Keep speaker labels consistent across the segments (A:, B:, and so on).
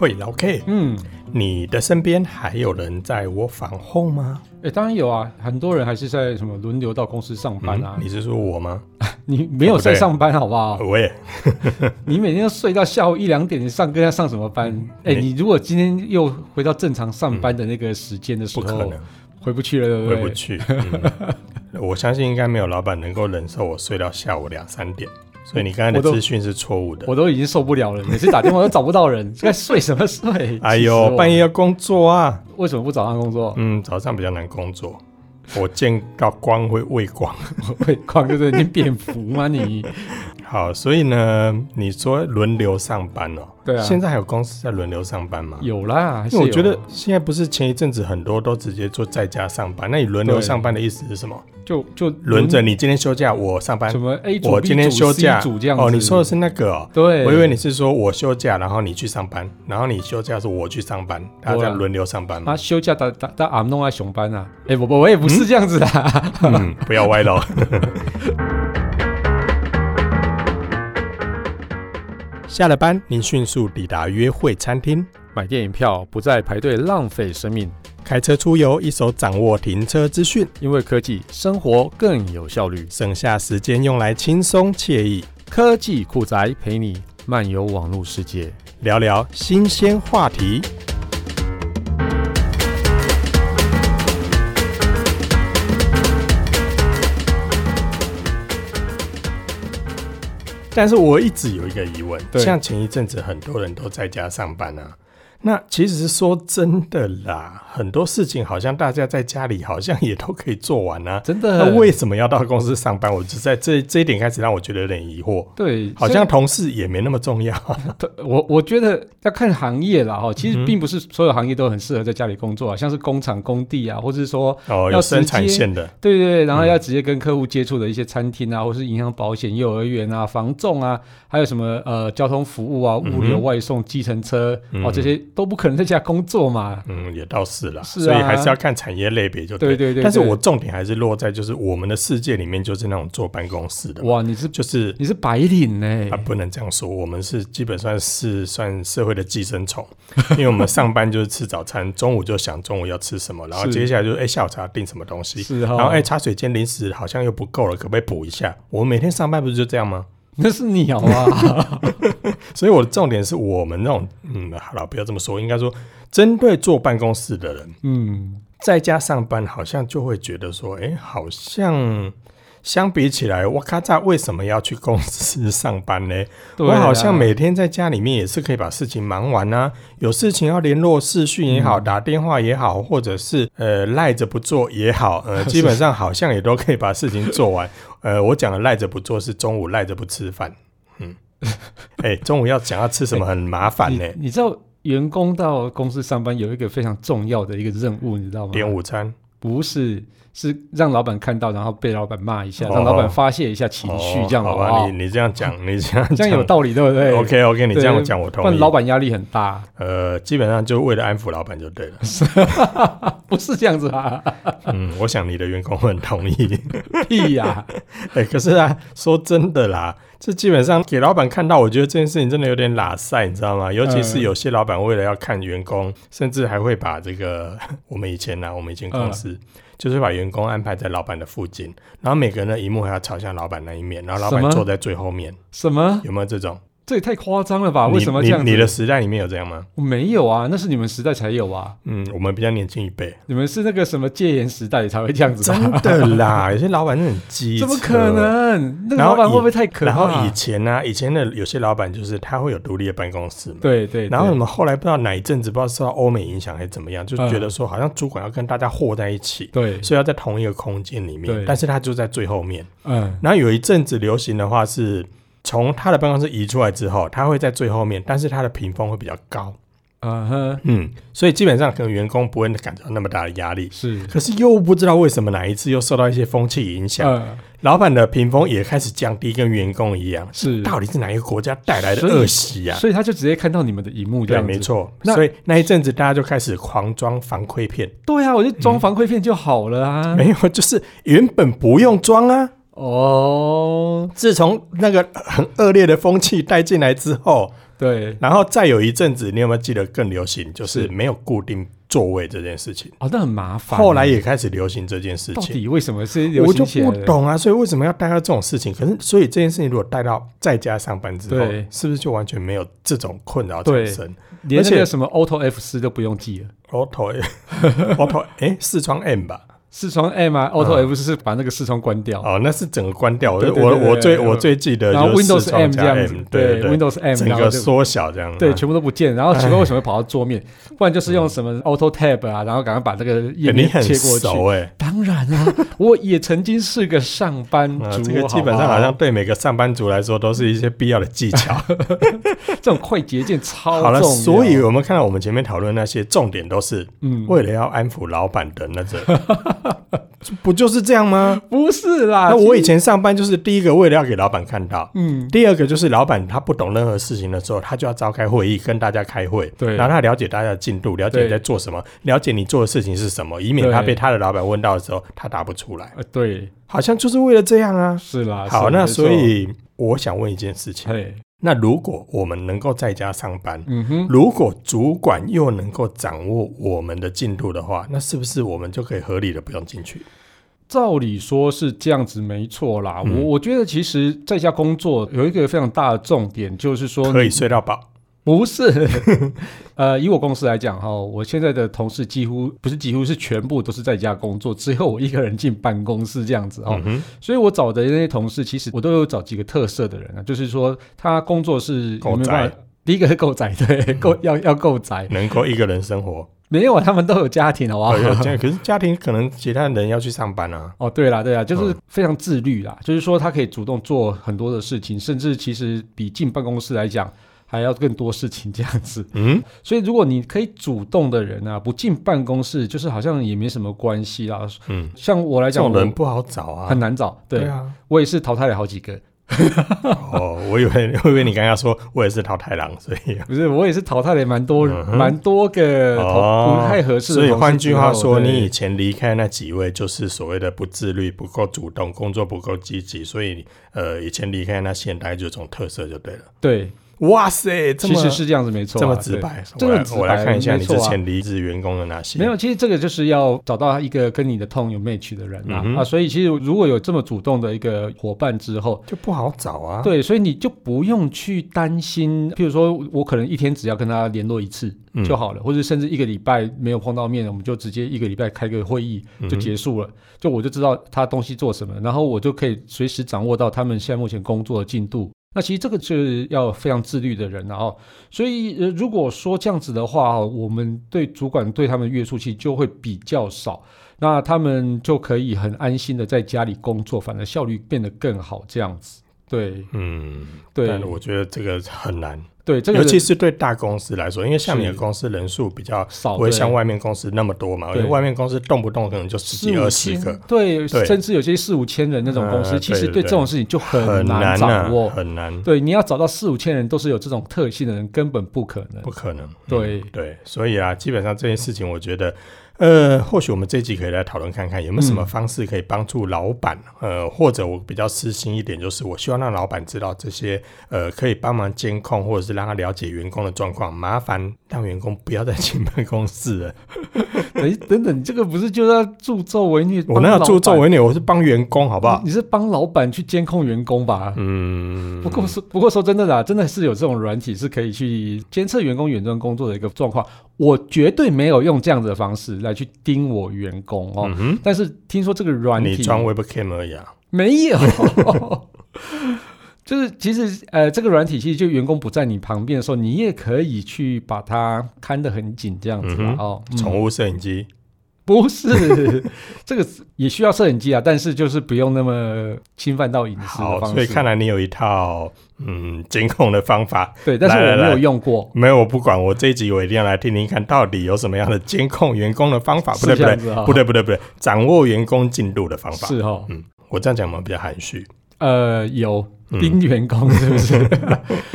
A: 喂，老 K，
B: 嗯，
A: 你的身边还有人在我防后吗？
B: 哎、当然有啊，很多人还是在什么轮流到公司上班啊。
A: 你是说我吗？
B: 你没有在上
A: 哦
B: 班好不好？
A: 我也
B: 你每天都睡到下午一两点，你上跟他上什么班？哎、
A: 没
B: 你如果今天又回到正常上班的那个时间的时
A: 不
B: 候，
A: 可能，
B: 回不去了，哦对
A: 回
B: 不对？
A: 不去。 嗯我相信应该没有老板能够忍受我睡到下午两三点，所以你刚才的
B: 我都
A: 资讯是错误的。
B: 我都已经受不了了，每次打电话都找不 到人，该睡什么睡？
A: 哎
B: 气死
A: 呦，
B: 我
A: 半夜要工作啊！
B: 为什么不早上 工作？
A: 嗯，早上比较难工作，我见到光会畏光。
B: 会狂就是你蝙蝠吗你？
A: 好，所以呢，你说轮流上班哦？
B: 对啊
A: 现在还有公司在轮流上班吗？
B: 有啦，还是
A: 因为我觉得
B: 有啊
A: 现在不是前一阵子很多都直接做在家上班，那你轮流
B: 对
A: 上班的意思是什么？
B: 就就
A: 轮着你今天休假，我上班
B: 什。么 A 组、
A: 我
B: B
A: 今天
B: 组
A: 休假
B: C 组这样子。
A: 哦，你说的是那个哦。
B: 对，
A: 我以为你是说我休假，然后你去上班，然后你休假是我去上班，大家这
B: 对啊
A: 样轮流上班嘛
B: 啊，。休假打打打阿弄啊熊班啊，哎、我我我也不是这样子的、啊，
A: 嗯，不要歪了。 下了班，您迅速抵达约会餐厅，
B: 买电影票不再排队浪费生命，
A: 开车出游，一手掌握停车资讯，
B: 因为科技生活更有效率，
A: 省下时间用来轻松惬意，
B: 科技酷宅陪你漫游网络世界。
A: 聊聊新鲜话题。但是我一直有一个疑问，
B: 对
A: 像前一阵子很多人都在家上班啊，那其实说真的啦，很多事情好像大家在家里好像也都可以做完啊，
B: 真的，
A: 那为什么要到公司上班？我就在这这一点开始让我觉得有点疑惑，
B: 对，
A: 好像同事也没那么重要。
B: 对我我觉得要看行业啦哈，其
A: 嗯
B: 实
A: 哼
B: 并不是所有行业都很适合在家里工作啊，像是工厂、工地啊，或是说
A: 哦，有
B: 要
A: 生
B: 直
A: 产
B: 接
A: 线的，
B: 对对对，
A: 嗯
B: 然后要直接跟客户接触的一些餐厅啊，或是银行、保险、幼儿园啊、房仲啊，还有什么呃交通服务啊、
A: 嗯哼
B: 物流、外送、计程车、
A: 嗯
B: 哦，这些都不可能在家工作嘛。
A: 嗯，也倒是啦，
B: 是
A: 所以
B: 啊
A: 还是要看产业类别就
B: 对
A: 对。
B: 对对，
A: 但是
B: 对
A: 我重点还是落在就是我们的世界里面就是那种坐办公室的嘛，
B: 哇，你是
A: 就是
B: 你是白领呢、
A: 啊不能这样说，我们是基本上是算社会的寄生 虫，因为我们上班就是吃早餐，中午就想中午要吃什么，然后
B: 是
A: 接下来就是哎、下午茶订什么东西，
B: 是哦哈、
A: 然后哎、茶水间零食好像又不够了，可不可以补一下？我每天上班不是就这样吗？
B: 那是你哦好吧？
A: 所以我的重点是我们那种嗯，好了，不要这么说，应该说针对坐办公室的人。
B: 嗯，
A: 在家上班，好像就会觉得说，哎、好像相比起来，我咔嚓为什么要去公司上班呢？
B: 对
A: 我
B: 啊
A: 好像每天在家里面也是可以把事情忙完啊，有事情要联络视讯也
B: 嗯
A: 好，打电话也好，或者是呃赖着不做也好， 呃，基本上好像也都可以把事情做完。呃，我讲的赖着不做是中午赖着不吃饭， 嗯，哎、中午要想要吃什么很麻烦呢、
B: 你你知道员工到公司上班有一个非常重要的一个任务，你知道吗？
A: 点午餐，
B: 不是，是让老板看到，然后被老板骂一下，
A: 哦
B: 让老板发泄一下情绪，这样
A: 哦好
B: 好不
A: 吧？
B: 好？
A: 你你这样讲，你这样
B: 这样有
A: 讲
B: 道理，对不对
A: OK OK，你
B: 对
A: 这样讲我
B: 不
A: 同
B: 然
A: 意。
B: 老板压力很大，
A: 呃，基本上就为了安抚老板就 对了。
B: 不是这样子啊？
A: 嗯，我想你的员工会很同意。
B: 屁呀、
A: 哎、可是啊，说真的啦，这基本上给老板看到，我觉得这件事情真的有点拉塞，你知道吗？尤其是
B: 嗯
A: 有些老板为了要看员工，甚至还会把这个 我们以前呢、啊，我们以前公
B: 嗯
A: 司。就是把员工安排在老板的附近，然后每个人的荧幕还要朝向老板那一面，然后老
B: 什
A: 板
B: 么
A: 坐在最后面，
B: 什么？
A: 有没有这种？
B: 这也太夸张了吧？啊为
A: 你
B: 什么
A: 你
B: 这样子？
A: 你的时代里面有这样吗？
B: 我没有啊，那是你们时代才有啊，
A: 嗯，我们比较年轻一辈，
B: 你们是那个什么戒严时代才会这样 子吧？啊
A: 真的啦， 有些老板真的很机车，
B: 怎么可能？那个
A: 然后
B: 老板
A: 以
B: 会不会太可
A: 然
B: 怕？
A: 后以前呢、以前的有些老板就是他会有独立的办公室嘛。
B: 对对，
A: 然后
B: 对
A: 你们后来不知道哪一阵子，不知道受到欧美影响还是怎么样，就觉得说好像主管要跟大家和在一起，
B: 嗯对，
A: 所以要在同一个空间里面
B: 对，
A: 但是他就在最后面。
B: 嗯，
A: 然后有一阵子流行的话是，从他的办公室移出来之后，他会在最后面，但是他的屏风会比较高，
B: 嗯哼，
A: 嗯，所以基本上可能员工不会感觉到那么大的压力。
B: 是，
A: 可是又不知道为什么哪一次又受到一些风气影响，
B: 嗯，
A: 老板的屏风也开始降低，跟员工一样。
B: 是，
A: 到底是哪一个国家带来的恶习呀、
B: 所以他就直接看到你们的荧幕
A: 啊对，
B: 这样子
A: 没。错。
B: 那
A: 所以那一阵子大家就开始狂装防窥片， 嗯
B: 对啊，我就装防窥片就好了啊。
A: 没有，就是原本不用装啊，
B: 哦，
A: 自从那个很恶劣的风气带进来之后，
B: 对，
A: 然后再有一阵子，你有没有记得更流行，就是
B: 是
A: 没有固定座位这件事情。
B: 哦，那很麻烦。
A: 后来也开始流行这件事
B: 到
A: 情，
B: 底为什么是流
A: 我
B: 行
A: 就
B: 起来
A: 不
B: 的？
A: 懂啊，所以为什么要带到这种事情？可是，所以这件事情如果带到在家上班之后
B: 对，
A: 是不是就完全没有这种困扰产生
B: 连
A: 而
B: 那
A: 且
B: 个什么 Auto F 四都不用记了。
A: ？Auto Auto 哎，视窗 M 吧？
B: 视窗 M 啊，Auto F 四是把那个视窗关掉，
A: 哦，那是整个关掉。我
B: 对对
A: 我
B: 对对
A: 我最
B: 对
A: 我最记得
B: 然后
A: 就是视
B: Windows
A: 窗
B: M 这
A: 加
B: 样子
A: M，，对对对，
B: ，Windows M，
A: 整
B: 然
A: 个
B: 后就
A: 缩小这样。
B: 对，
A: 嗯
B: 全部都不见，然后奇怪为什么会跑到桌面，不然就是用什么 Auto Tab 啊，然后赶快把这个页
A: 哎你
B: 面
A: 很
B: 切过去。
A: 熟哎。
B: 当然啊，我也曾经是个上班
A: 啊
B: 族，
A: 这个基本上好像对每个上班族来说都是一些必要的技巧。
B: 这种快捷键超重
A: 好了，
B: 要
A: 所以我们看到我们前面讨论那些重点都是
B: 嗯，
A: 为了要安抚老板的那种， 不就是这样吗？
B: 不是啦，
A: 那我以
B: 其实
A: 前上班就是第一个为了要给老板看到，
B: 嗯，
A: 第二个就是老板他不懂任何事情的时候，他就要召开会议跟大家开会，
B: 对
A: 然后他了解大家的进度，了解
B: 对
A: 你在做什么，了解你做的事情是什么，以免他
B: 对
A: 被他的老板问到的时候他答不出来，
B: 呃，对，
A: 好像就是为了这样啊。
B: 是啦，
A: 好，
B: 是
A: 那
B: 没错
A: 所以我想问一件事情，
B: 嘿，
A: 那如果我们能够在家上班，
B: 嗯哼，
A: 如果主管又能够掌握我们的进度的话，那是不是我们就可以合理的不用进去？
B: 照理说是这样子没错啦。
A: 嗯
B: 我我觉得其实在家工作有一个非常大的重点，就是说
A: 可以睡到饱？
B: 不是， 呃，以我公司来讲哈，我现在的同事几乎不是几乎是全部都是在家工作，只有我一个人进办公室这样子哦。
A: 嗯哼，
B: 所以我找的那些同事，其实我都有找几个特色的人啊，就是说他工作是
A: 够
B: 有没有
A: 宅嗯
B: 办法第一个是够宅，对，够要要够宅，
A: 能够一个人生 活。
B: 没有啊，他们都有家庭，好不好
A: 哦，？有家可是家庭可能其他人要去上班啊。
B: 哦，对啦，对啦，就是非常自律啦，就是说他可以主动做很多的事情，甚至其实比进办公室来讲还要更多事情这样子。
A: 嗯，
B: 所以如果你可以主动的人啊，不进办公室，就是好像也没什么关系啦。
A: 嗯，
B: 像我来
A: 这
B: 讲，
A: 种人
B: 我
A: 不好找啊。
B: 很难找，对
A: 啊。
B: 我也是淘汰了好几个，
A: 哦，我以为 我以为你刚刚说我也是淘汰郎，所以
B: 不是，我也是淘汰了蛮多、
A: 嗯哼
B: 蛮多个同
A: 哦
B: 不太合适
A: 所
B: 的同事之后。
A: 以换句话说，
B: 对
A: 你以前离开那几位就是所谓的不自律、不够主动、工作不够积极，所以呃，以前离开那些人大概就这种特色就对了。
B: 对，
A: 哇塞，这
B: 其
A: 么
B: 实是这样子没错啊，
A: 这么直
B: 对。
A: 白，
B: 这
A: 我
B: 么
A: 来
B: 直
A: 我来
B: 白
A: 看一下
B: 没
A: 你
B: 错
A: 之
B: 啊
A: 前离职员工的那些。
B: 没有，其实这个就是要找到一个跟你的痛有 match 的人啊、
A: 嗯哼
B: 啊，所以其实如果有这么主动的一个伙伴之后，
A: 就不好找啊。
B: 对，所以你就不用去担心，譬如说我可能一天只要跟他联络一次
A: 嗯
B: 就好了，或者甚至一个礼拜没有碰到面，我们就直接一个礼拜开个会议
A: 嗯哼
B: 就结束了，就我就知道他东西做什么，然后我就可以随时掌握到他们现在目前工作的进度。那其实这个就是要非常自律的人、啊，然后所以呃，如果说这样子的话，哦我们对主管对他们的约束期就会比较少，那他们就可以很安心的在家里工作，反而效率变得更好，这样子。对
A: 嗯，
B: 对
A: 但我觉得这个很难，
B: 对，这个
A: 尤其
B: 是
A: 是对大公司来说，因为像你的
B: 是
A: 公司人数比较
B: 少
A: 不会
B: 对
A: 像外面公司那么多嘛，因为
B: 对
A: 外面公司动不动可能就十
B: 四
A: 几
B: 五
A: 二十
B: 千
A: 个，，
B: 对，
A: 对
B: 甚至有些四五千人那种公司，
A: 呃
B: 其实
A: 对对
B: 对这种事情就很
A: 很
B: 难
A: 难啊
B: 掌握，。
A: 很难，
B: 对，你要找到四五千人都是有这种特性的人，根本不可能
A: 不。可能。
B: 对
A: 嗯对，所以啊，基本上这件事情，我觉得。呃，或许我们这一集可以来讨论看看，有没有什么
B: 嗯
A: 方式可以帮助老板？呃，或者我比较私心一点，就是我希望让老板知道这些，呃，可以帮忙监控或者是让他了解员工的状况。麻烦让员工不要再 进办公室了，
B: 等等等，你这个不是就要助纣为虐？
A: 我那
B: 帮老板
A: 助纣为虐，我是帮员工，好不好？
B: 你是帮老板去监控员工吧？
A: 嗯，
B: 不过说，不过说真的啦，真的是有这种软体是可以去监测员工远端工作的一个状况。我绝对没有用这样子的方式来去盯我员工哦。
A: 嗯哼，
B: 但是听说这个软
A: 你
B: 体
A: 装 webcam 而已啊，
B: 没有， 就是其实呃，这个软体其实就员工不在你旁边的时候，你也可以去把它看得很紧这样子啦
A: 嗯哼
B: 哦。嗯
A: 宠物摄影机，
B: 不是 这个也需要摄影机啊，但是就是不用那么侵犯到隐私的
A: 好，
B: 方式。
A: 所以看来你有一套嗯监控的方法。
B: 对，但是
A: 来来
B: 我没
A: 来
B: 有用过。
A: 没有，我不管，我这一集我一定要来听听看，到底有什么样的监控员工的方 法？不对，不
B: 是这
A: 对
B: 样，子啊、
A: 不对，不对，不对，掌握员工进度的方法。
B: 是哦，
A: 嗯，我这样讲嘛比较含蓄。
B: 呃，有
A: 嗯
B: 盯员工是不是？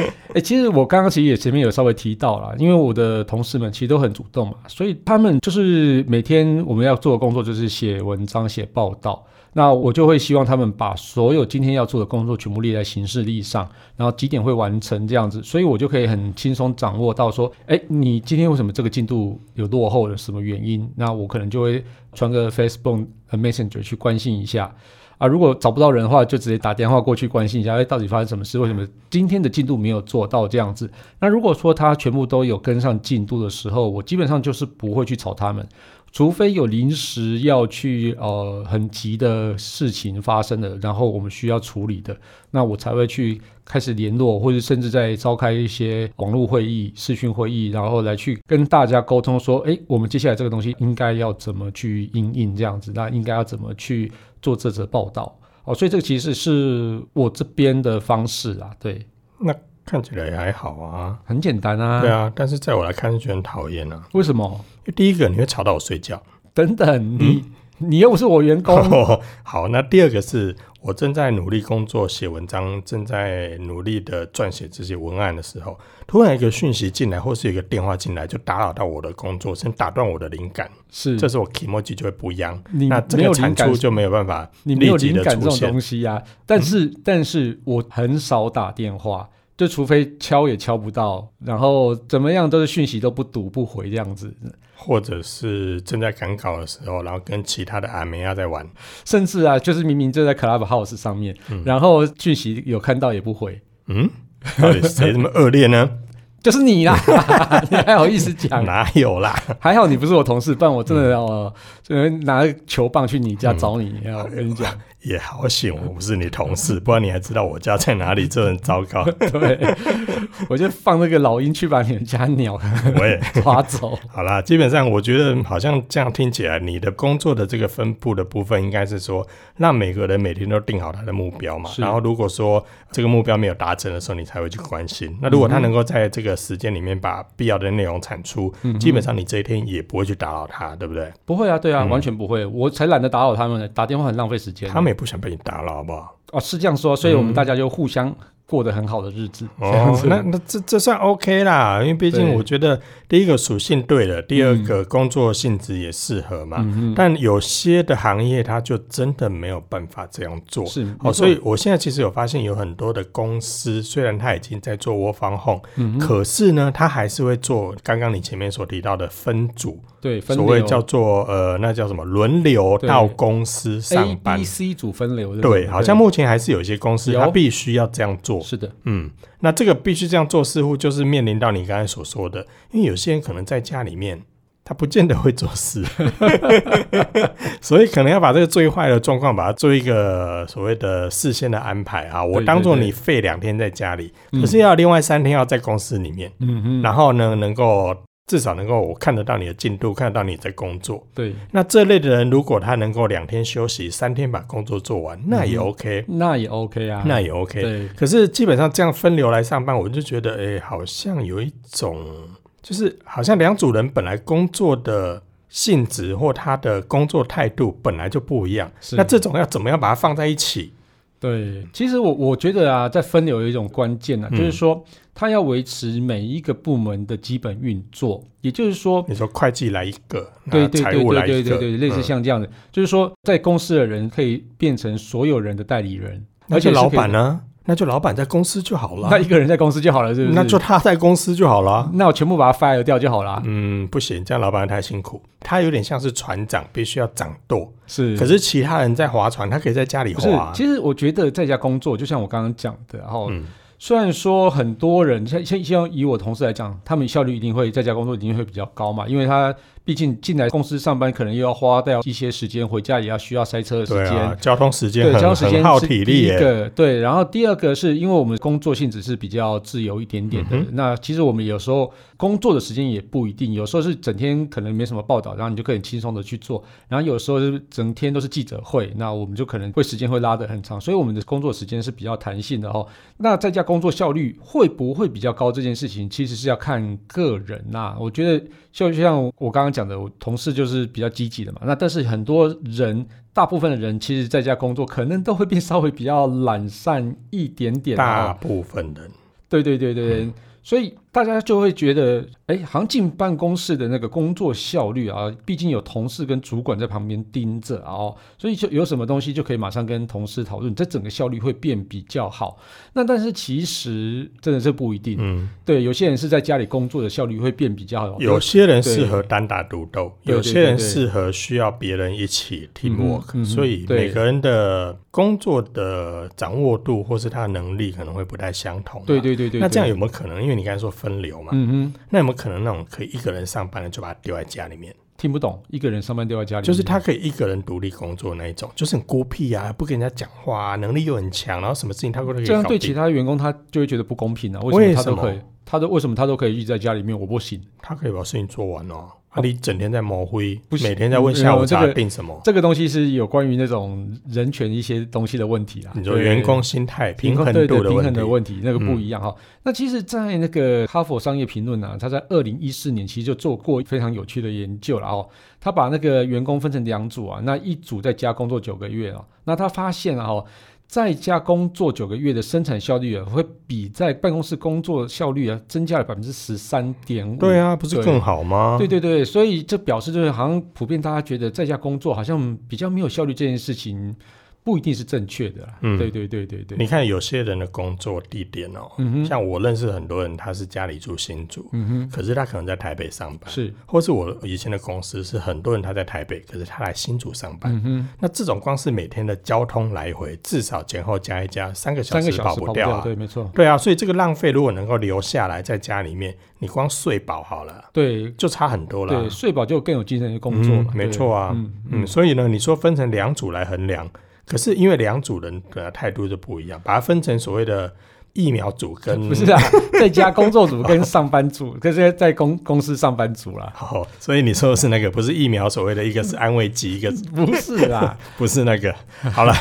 B: 哎、其实我刚刚其实也前面有稍微提到啦，因为我的同事们其实都很主动嘛，所以他们就是每天我们要做的工作就是写文章、写报道。那我就会希望他们把所有今天要做的工作全部列在行事历上，然后几点会完成这样子，所以我就可以很轻松掌握到说，哎，你今天为什么这个进度有落后了，什么原因？那我可能就会传个 Facebook 和 Messenger 去关心一下。啊，如果找不到人的话，就直接打电话过去关心一下，哎，到底发生什么事？为什么今天的进度没有做到这样子？那如果说他全部都有跟上进度的时候，我基本上就是不会去吵他们，除非有临时要去呃很急的事情发生了，然后我们需要处理的，那我才会去开始联络，或者甚至在召开一些网络会议、视讯会议，然后来去跟大家沟通说，哎，我们接下来这个东西应该要怎么去应应这样子，那应该要怎么去做这则报道哦，所以这个其实是我这边的方式啊，对，
A: 看起来也还好啊。
B: 很简单啊，
A: 对啊，但是在我来看是觉得很讨厌啊。
B: 为什么？
A: 因为第一个你会吵到我睡觉，
B: 等等，你、你又不是我员工，
A: 好，那第二个是我正在努力工作写文章，正在努力的撰写这些文案的时候，突然一个讯息进来，或是有一个电话进来，就打扰到我的工作，甚至打断我的灵感，
B: 是
A: 这时候我 emoji 就会不一样，
B: 你
A: 那这
B: 没有
A: 个
B: 灵
A: 产
B: 感
A: 出，就没有办法
B: 你没有
A: 立即
B: 灵
A: 的
B: 感
A: 出
B: 这种
A: 现。嗯
B: 东西啊。但是、但是我很少打电话，就除非敲也敲不到，然后怎么样都是讯息都不读不回这样子，
A: 或者是正在赶稿的时候，然后跟其他的阿梅亚在玩，
B: 甚至啊，就是明明就在 Clubhouse 上面，然后讯息有看到也不回，
A: 嗯，到底谁这么恶劣 呢？
B: 就是 你啦，你还好意思讲？
A: 哪有啦？
B: 还好你不是我同事，不然我真的要、呃就是拿球棒去你家找你。要我跟你讲，
A: 也好险，我不是你同事，不然你还知道我家在哪里，这很糟糕。
B: 对， 我就放那个老鹰去把你们家鸟
A: 我也
B: 抓走。
A: 好啦，基本上我觉得好像这样听起来，你的工作的这个分布的部分，应该是说让每个人每天都定好他的目标嘛。
B: 是
A: 然后如果说这个目标没有达成的时候，你才会去关心。那如果他能够在这个时间里面把必要的内容产出，基本上你这一天也不会去打扰他，对不对？
B: 不会啊，对啊，完全不会，我才懒得打扰他们，打电话很浪费时间。
A: 他们也不想被你打扰，好不好？
B: 哦是这样说，所以我们大家就互相过得很好的日子。这样
A: 哦，
B: 子
A: 那那这这算 OK 啦，因为毕竟
B: 对
A: 我觉得第一个属性对了，第二个工作性质也适合嘛。
B: 嗯
A: 但有些的行业，它就真的没有办法这样做
B: 哼，。是没
A: 哦，
B: 错
A: 所以我现在其实有发现有很多的公司，虽然它已经在做 work from home，、
B: 嗯哼
A: 可是呢，它还是会做刚刚你前面所提到的分组，
B: 对分
A: 所谓
B: 流
A: 叫做呃，那叫什么轮流
B: 对
A: 到公司
B: A、
A: 上班
B: B、。C 组分流的，
A: 对，好像目前还是有一些公司
B: 有
A: 它必须要这样做。
B: 是的，
A: 嗯，那这个必须这样做，似乎就是面临到你刚才所说的，因为有些人可能在家里面，他不见得会做事，所以可能要把这个最坏的状况，把它做一个所谓的事先的安排啊。我
B: 对
A: 当做
B: 对
A: 你废两天在家里，
B: 嗯
A: 可是要另外三天要在公司里面，
B: 嗯哼，
A: 然后呢，能够至少能够我看得到你的进度，看得到你在工作。
B: 对，
A: 那这类的人，如果他能够两天休息，三天把工作做完，那也
B: 嗯
A: OK，、
B: 那也 OK 啊，
A: 那也 OK。
B: 对，
A: 可是基本上这样分流来上班，我就觉得，哎、好像有一种，就是好像两组人本来工作的性质或他的工作态度本来就不一样，
B: 是
A: 那这种要怎么样把它放在一起？
B: 对，其实我我觉得啊，在分流有一种关键啊，
A: 嗯
B: 就是说它要维持每一个部门的基本运作，也就是说，
A: 你说会计来一个，
B: 对
A: 那
B: 对
A: 啊财
B: 对
A: 务来
B: 对
A: 一
B: 对
A: 个，
B: 对对，类似
A: 嗯
B: 像这样的，就是说在公司的人可以变成所有人的代理人，
A: 那
B: 而
A: 就
B: 且
A: 老板
B: 呢，
A: 呢？那就老板在公司就好了
B: 那，一个人在公司就好了，是不是？
A: 那就他在公司就好了。
B: 那我全部把它 fire 掉就好了，
A: 嗯，不行，这样老板太辛苦。他有点像是船长，必须要掌舵。
B: 是。
A: 可是其他人在划船，他可以在家里
B: 不是
A: 划，。啊
B: 其实我觉得在家工作，就像我刚刚讲的，然后
A: 嗯，
B: 虽然说很多人像像像以我同事来讲，他们效率一定会在家工作一定会比较高嘛，因为他毕竟进来公司上班，可能又要花掉一些时间，回家也要需要塞车的时
A: 对
B: 间。
A: 啊，交通时间
B: 对，交
A: 很
B: 通时间
A: 很耗
B: 是
A: 体
B: 第
A: 力
B: 一
A: 耶。
B: 个对，然后第二个是因为我们工作性质是比较自由一点点的，
A: 嗯
B: 那其实我们有时候工作的时间也不一定，有时候是整天可能没什么报道，然后你就可以很轻松的去做，然后有时候是整天都是记者会，那我们就可能会时间会拉得很长，所以我们的工作时间是比较弹性的哦。那在家工作效率会不会比较高这件事情，其实是要看个人呐、我觉得就就像我刚刚讲的，我同事就是比较积极的嘛。那但是很多人，大部分的人其实在家工作，可能都会变稍微比较懒散一点点、
A: 大
B: 啊。
A: 部分人嗯
B: 对对对对对，所以大家就会觉得，哎，好像进办公室的那个工作效率啊，毕竟有同事跟主管在旁边盯着啊、哦，所以就有什么东西就可以马上跟同事讨论，这整个效率会变比较好。那但是其实真的是不一定，
A: 嗯，
B: 对，有些人是在家里工作的效率会变比较好，
A: 有些人适合单打独斗，
B: 对
A: 有些人
B: 对对对
A: 适合需要别人一起 teamwork，、
B: 嗯哼
A: 所以
B: 对
A: 每个人的工作的掌握度或是他的能力可能会不太相同、啊
B: 对。对对对，
A: 那这样
B: 对
A: 有没有可能？因为你刚才说分流嘛，
B: 嗯哼，
A: 那有没有可能那种可以一个人上班的就把他丢在家里面？
B: 听不懂，一个人上班丢在家里，
A: 就是他可以一个人独立工作那一种，就是很孤僻啊，不跟人家讲话、啊，能力又很强，然后什么事情他都可以
B: 这样
A: 搞
B: 对
A: 定
B: 其他员工，他就会觉得不公平啊！为
A: 为
B: 什么他都
A: 什
B: 可以
A: 么，
B: 他都为什么他都可以一直在家里面，我不行？
A: 他可以把事情做完哦。啊，你整天在抹灰
B: 不，行
A: 每天在问下午
B: 嗯这
A: 茶
B: 个
A: 定什么？
B: 这个东西是有关于那种人权一些东西的问题啦。啊
A: 你说
B: 对
A: 员工心态
B: 平
A: 平
B: 衡
A: 衡
B: 对
A: 度
B: 对平衡的
A: 问题，嗯
B: 问题，那个不一样哈、那其实，在那个哈佛商业评论啊，他在二零一四年其实就做过非常有趣的研究了哦。他把那个员工分成两组啊，那一组在家工作九个月啊，那他发现啊、哦，在家工作九个月的生产效率啊，会比在办公室工作效率啊增加了百分之十三点五。
A: 对啊，不是
B: 对
A: 更好吗？
B: 对对对，所以这表示就是好像普遍大家觉得在家工作好像比较没有效率这件事情，不一定是正确的啦。
A: 嗯
B: 对对对对对。
A: 你看有些人的工作地点哦，
B: 嗯哼，
A: 像我认识很多人，他是家里住新竹，
B: 嗯哼，
A: 可是他可能在台北上班，
B: 是，
A: 或是我以前的公司是很多人他在台北，可是他来新竹上班。
B: 嗯哼，
A: 那这种光是每天的交通来回，至少前后加一加三个小
B: 三个
A: 时
B: 小
A: 跑
B: 时跑
A: 不
B: 不
A: 掉
B: 掉，
A: 啊。
B: 对，没错，
A: 对啊，所以这个浪费如果能够留下来在家里面，你光睡饱好了，
B: 对
A: 就差很多了啊。
B: 对，睡饱就更有精神去工作嘛，
A: 嗯没
B: 对
A: 错啊
B: 嗯
A: 嗯，所以呢，你说分成两组来衡量，可是因为两组人的态度就不一样，把它分成所谓的疫苗组跟
B: 不是啊，在家工作组跟上班族， 跟现在在公公司上班族啦，
A: 哦，所以你说的是那个，不是疫苗，所谓的一个是安慰剂，一个是
B: 不是啦，
A: 不是那个。好了，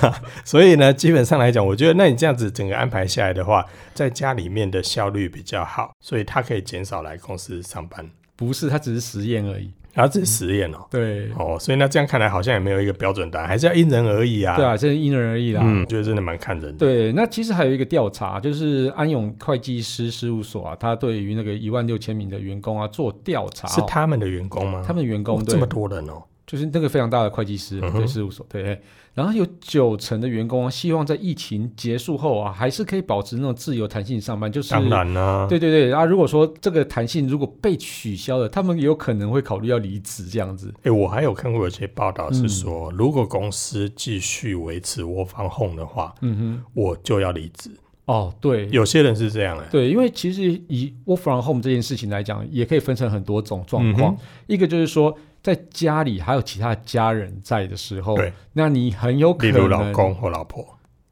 A: 所以呢，基本上来讲，我觉得那你这样子整个安排下来的话，在家里面的效率比较好，所以他可以减少来公司上班，
B: 不是，它只是实验而已，
A: 然后这是实验哦。
B: 对，
A: 哦，所以那这样看来好像也没有一个标准答案，还是要因人而异啊。
B: 对啊，这是因人而异啦，
A: 嗯，我觉得真的蛮看人的。
B: 对，那其实还有一个调查，就是安永会计师事务所啊，他对于那个一万六千名的员工啊做调查、
A: 是
B: 哦，
A: 他们的员工吗？
B: 他们的员工
A: 哇这
B: 对
A: 么，多人哦，
B: 就是那个非常大的会计师、
A: 嗯哼
B: 对事务所对，然后有九成的员工啊希望在疫情结束后啊，还是可以保持那种自由弹性上班，就是
A: 当然啦、
B: 对对对，啊，如果说这个弹性如果被取消了，他们有可能会考虑要离职这样子。
A: 哎、我还有看过有些报道是说，如果公司继续维持窝房 home 的话，
B: 嗯
A: 我就要离职。
B: 哼，哦，对，
A: 有些人是这样哎、
B: 对，因为其实以 work from home 这件事情来讲，也可以分成很多种状况。
A: 嗯
B: 一个就是说，在家里还有其他家人在的时候
A: 对，
B: 那你很有可
A: 例
B: 能，
A: 如老公或老婆。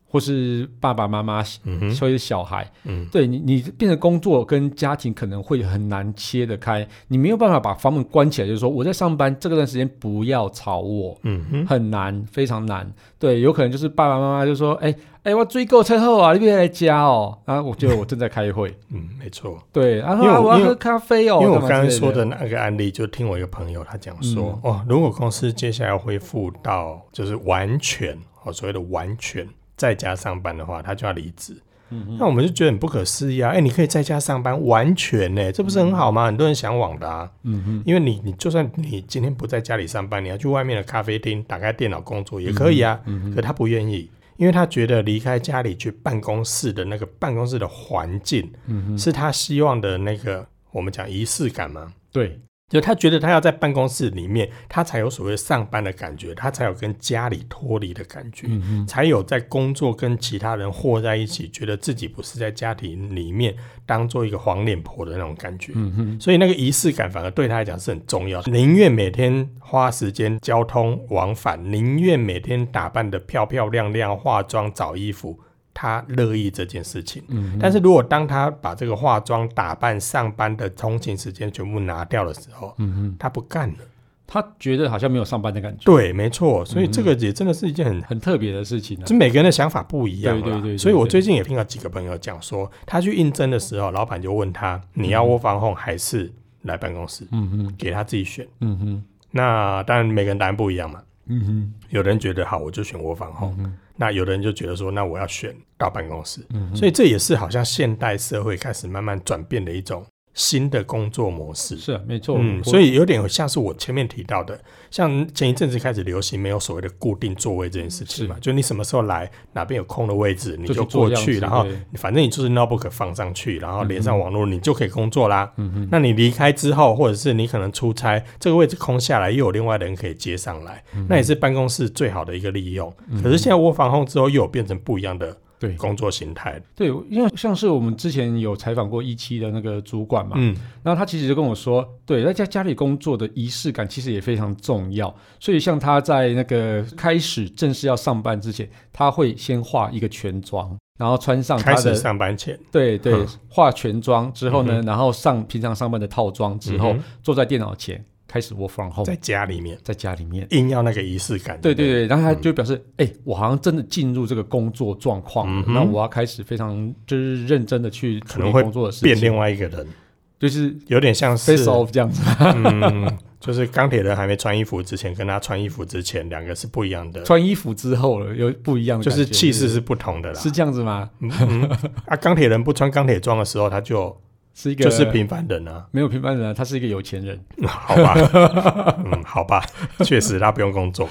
B: 或是爸爸妈妈，
A: 嗯
B: 或
A: 哼，
B: 是小孩，
A: 嗯，
B: 对你，你变成工作跟家庭可能会很难切得开，你没有办法把房门关起来，就是说我在上班这段时间不要吵我。
A: 嗯哼，
B: 很难，非常难。对，有可能就是爸爸妈妈就说：“哎、哎、我追够车后啊，你别来家哦。”啊，我觉得我正在开会，
A: 嗯，没错。
B: 对，然后
A: 因为
B: 啊
A: 我
B: 我
A: 因
B: 要
A: 为
B: 喝咖啡哦，
A: 因为我
B: 干嘛
A: 刚刚
B: 之类
A: 说的那个案例，就听我一个朋友他讲说
B: 嗯，
A: 哦，如果公司接下来要恢复到就是完全哦所谓的完全在家上班的话，他就要离职。
B: 嗯
A: 那我们就觉得很不可思议啊！哎、你可以在家上班，完全呢、这不是很好吗？很多人向往的啊。
B: 嗯哼，
A: 因为你你就算你今天不在家里上班，你要去外面的咖啡厅打开电脑工作也可以啊。
B: 嗯
A: 可他不愿意，因为他觉得离开家里去办公室的那个办公室的环境，
B: 嗯
A: 是他希望的那个我们讲仪式感嘛。
B: 对，
A: 就他觉得他要在办公室里面，他才有所谓上班的感觉，他才有跟家里脱离的感觉，
B: 嗯哼，
A: 才有在工作跟其他人和在一起，觉得自己不是在家庭里面当做一个黄脸婆的那种感觉。
B: 嗯哼，
A: 所以那个仪式感反而对他来讲是很重要，宁愿每天花时间交通往返，宁愿每天打扮得漂漂亮亮，化妆找衣服，他乐意这件事情。
B: 嗯
A: 但是如果当他把这个化妆、打扮、上班的通勤时间全部拿掉的时候，
B: 嗯哼，
A: 他不干了。
B: 他觉得好像没有上班的感觉，
A: 对，没错，所以这
B: 嗯
A: 个也真的是一件很
B: 很特别的事情啊。
A: 就每个人的想法不一样啦
B: 对对对对
A: 所以我最近也听到几个朋友讲说，他去应征的时候，老板就问他，你要窝房 home 还是来办公室，
B: 嗯哼，
A: 给他自己选。
B: 嗯哼，
A: 那当然每个人答案不一样嘛，
B: 嗯哼，
A: 有的人觉得好，我就选窝房 home，、那
B: 嗯
A: 有的人就觉得说，那我要选到办公室。
B: 嗯哼，
A: 所以这也是好像现代社会开始慢慢转变的一种新的工作模式。
B: 是啊没错，
A: 嗯，
B: 我
A: 所以有点像是我前面提到的，像前一阵子开始流行没有所谓的固定座位这件事情嘛，就你什么时候来，哪边有空的位置你
B: 嗯就去做
A: 过
B: 这样
A: 去，
B: 子
A: 然后
B: 对
A: 反正你就是 notebook 放上去，然后连上网络，你就可以工作啦。
B: 嗯哼，
A: 那你离开之后，或者是你可能出差，这个位置空下来，又有另外的人可以接上来，
B: 嗯
A: 那也是办公室最好的一个利用。可是现在我防控之后，又有变成不一样的
B: 对
A: 工作形态。
B: 对，因为像是我们之前有采访过一期的那个主管嘛，
A: 嗯，
B: 然后他其实就跟我说，对，在家家里工作的仪式感其实也非常重要。所以像他在那个开始正式要上班之前，他会先化一个全妆，然后穿上他
A: 开始
B: 的
A: 上班前
B: 对对
A: 嗯
B: 化全妆之后呢，然后上平常上班的套装之后，
A: 嗯哼
B: 坐在电脑前开始 work from home，
A: 在家里面
B: 在家里面。
A: 硬要那个仪式感。
B: 对
A: 不
B: 对对，
A: 嗯
B: 然后他就表示，哎、我好像真的进入这个工作状况
A: 嗯，
B: 了
A: 哼
B: 那、我要开始非常就是认真的去处
A: 可
B: 理
A: 能会
B: 工作的事
A: 变
B: 情，
A: 另外一个人，
B: 就是
A: 有点像是
B: face off 这样子。
A: 嗯，就是钢铁人还没穿衣服之前，跟他穿衣服之前，两个是不一样的，
B: 穿衣服之后了，有不一样的
A: 就
B: 感觉，
A: 是气势
B: 是
A: 是不同的啦。
B: 是这样子吗？
A: 嗯嗯啊，钢铁人不穿钢铁装的时候，他就是
B: 一个
A: 就是平凡人 啊。
B: 没有平凡人、啊，他是一个有钱人，
A: 嗯好吧，嗯，好吧，确实他不用工 作。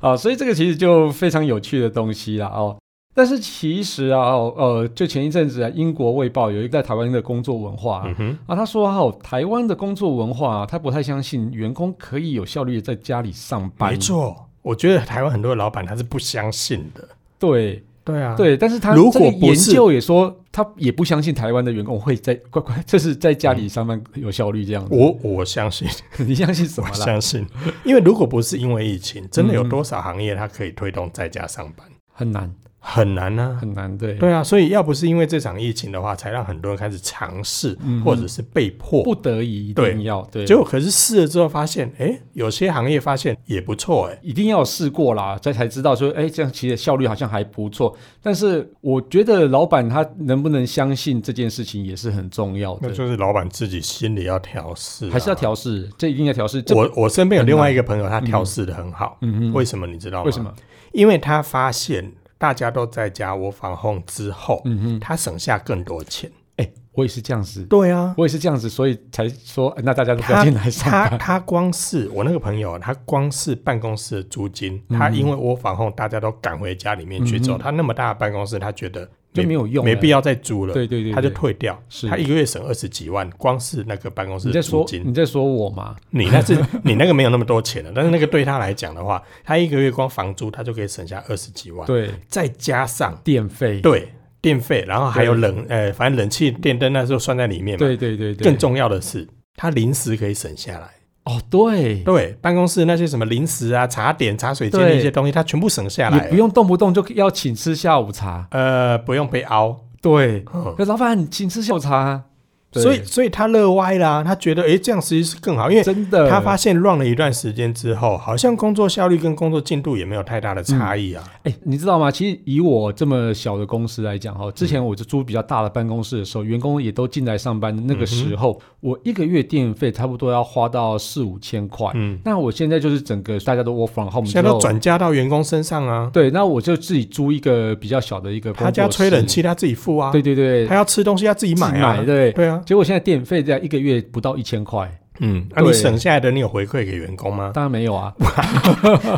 B: 啊，所以这个其实就非常有趣的东西啦哦。但是其实啊，哦呃，就前一阵子啊，英国《卫报》有一个在台湾的工作文化啊，
A: 嗯哼，
B: 啊他说哦，台湾的工作文化、啊，他不太相信员工可以有效率的在家里上班，
A: 没，错，我觉得台湾很多老板他是不相信的。
B: 对
A: 对啊，
B: 对，但是他
A: 如
B: 这
A: 果
B: 个
A: 不
B: 研
A: 是
B: 究也说，他也不相信台湾的员工会在乖乖，这是在家里上班有效率这样子，
A: 我我相信，
B: 你相信什么
A: 嗯我
B: 啦？
A: 相信，因为如果不是因为疫情，真的有
B: 嗯
A: 多少行业它可以推动在家上班？
B: 很难，
A: 很难啊，
B: 很难，对。
A: 对啊，所以要不是因为这场疫情的话，才让很多人开始尝试，
B: 嗯
A: 或者是被迫。
B: 不得已一
A: 对
B: 定要对，
A: 结果可是试了之后发现，哎，有些行业发现也不错，哎，
B: 一定要有试过啦，这才知道说，哎，这样其实效率好像还不错。但是我觉得老板他能不能相信这件事情也是很重要
A: 那
B: 的，
A: 就是老板自己心里要调试啊、
B: 还是要调试，这一定要调试。这
A: 我我身边有另外一个朋友，他调试的很好，
B: 嗯
A: 为什么你知道吗？
B: 为什？么？
A: 因为他发现大家都在家我防控之后，
B: 嗯哼，
A: 他省下更多钱。
B: 哎，我也是这样子，
A: 对啊，
B: 我也是这样子，所以才说哎那大家都不
A: 他
B: 要进来上
A: 他
B: 班。
A: 他光是我那个朋友，他光是办公室的租金，
B: 嗯
A: 他因为我防控，大家都赶回家里面去之后，他那么大的办公室，他觉得
B: 就没有用了啊
A: 没必要再租了，
B: 对对对，
A: 他就
B: 对
A: 退掉。
B: 是
A: 他一个月省二十几万，光是那个办公室
B: 你
A: 的
B: 在
A: 租
B: 说
A: 金，
B: 你在说我嘛？
A: 你那是你那个没有那么多钱了，但是那个对他来讲的话，他一个月光房租他就可以省下二十几万，
B: 对，
A: 再加上
B: 电费，
A: 对电费，然后还有
B: 对
A: 冷呃，反正冷气、电灯那时候算在里面嘛。
B: 对对对对，
A: 更重要的是，他零食可以省下来。
B: 哦，对，
A: 对，办公室那些什么零食啊、茶点、茶水间
B: 对
A: 那些东西，他全部省下
B: 也
A: 来
B: 不。用动不动就要请吃下午茶，
A: 呃，不用被熬。
B: 对，
A: 嗯
B: 可老板请吃下午茶啊，对
A: 所以，所以他乐歪啦、他觉得诶这样其实是更好，因为
B: 真的，
A: 他发现乱了一段时间之后，好像工作效率跟工作进度也没有太大的差异啊。
B: 哎，你知道吗？其实以我这么小的公司来讲，哈，之前我就租比较大的办公室的时候，员工也都进来上班。那个时
A: 嗯
B: 候，我一个月电费差不多要花到四五千块。
A: 嗯，
B: 那我现在就是整个大家都 work from home
A: 现在
B: 之
A: 都
B: 后
A: 转嫁到员工身上啊。
B: 对，那我就自己租一个比较小的一个工
A: 他家
B: 作
A: 吹
B: 室
A: 冷，气他自己付啊，
B: 对对对，
A: 他要吃东西他自己
B: 自己
A: 买啊。
B: 对。
A: 对啊，
B: 结果现在电费在一个月不到一千块，
A: 嗯，那、
B: 对
A: 你省下来的你有回馈给员工 吗？
B: 当然没有啊，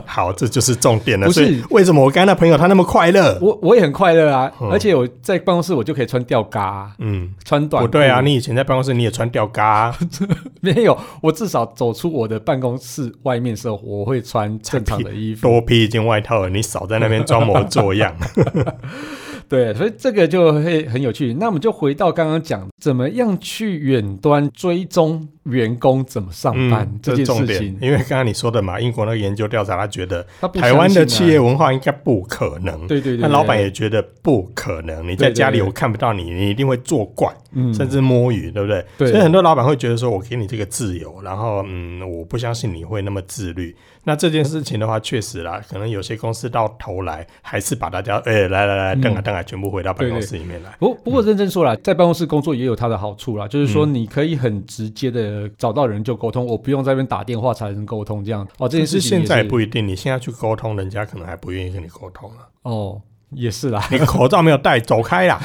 A: 好，这就是重点了。
B: 不是
A: 所以为什么我刚才朋友他那么快乐？
B: 我我也很快乐啊，
A: 嗯
B: 而且我在办公室我就可以穿吊嘎啊、
A: 嗯，
B: 穿短
A: 不对啊，
B: 裤
A: 你以前在办公室你也穿吊嘎、啊，
B: 没有，我至少走出我的办公室外面的时候，我会穿正常的衣服。
A: 多披一件外套了，你少在那边装模作样。
B: 对，所以这个就会很有趣。那我们就回到刚刚讲，怎么样去远端追踪员工怎么上班、
A: 嗯，
B: 这
A: 是
B: 件
A: 重
B: 事
A: 点，
B: 情，
A: 因为刚刚你说的嘛，英国那个研究调查，他觉得
B: 他不
A: 台湾的
B: 相
A: 企
B: 信啊
A: 业，文化应该不可能。
B: 对对对
A: 那老板
B: 对
A: 也觉得不可能，你在
B: 对对
A: 家里
B: 对
A: 我看不到你，你一定会作怪，
B: 嗯
A: 甚至摸鱼，对不对？
B: 对
A: 所以很多老板会觉得说，我给你这个自由，然后嗯，我不相信你会那么自律。那这件事情的话，确实啦，可能有些公司到头来还是把大家，哎、来来来，
B: 嗯
A: 瞪啊瞪啊，全部回到办
B: 对
A: 公
B: 对
A: 室里面来。
B: 不不过认真说啦，在办公室工作也有它的好处啦，就是说
A: 嗯
B: 你可以很直接的找到人就沟通，我不用在那边打电话才能沟通这样。哦，这
A: 可
B: 件
A: 是
B: 事情
A: 现
B: 也
A: 在
B: 是
A: 不一定，你现在去沟通，人家可能还不愿意跟你沟通啊。
B: 哦，也是啦，
A: 你口罩没有戴，走开 啦！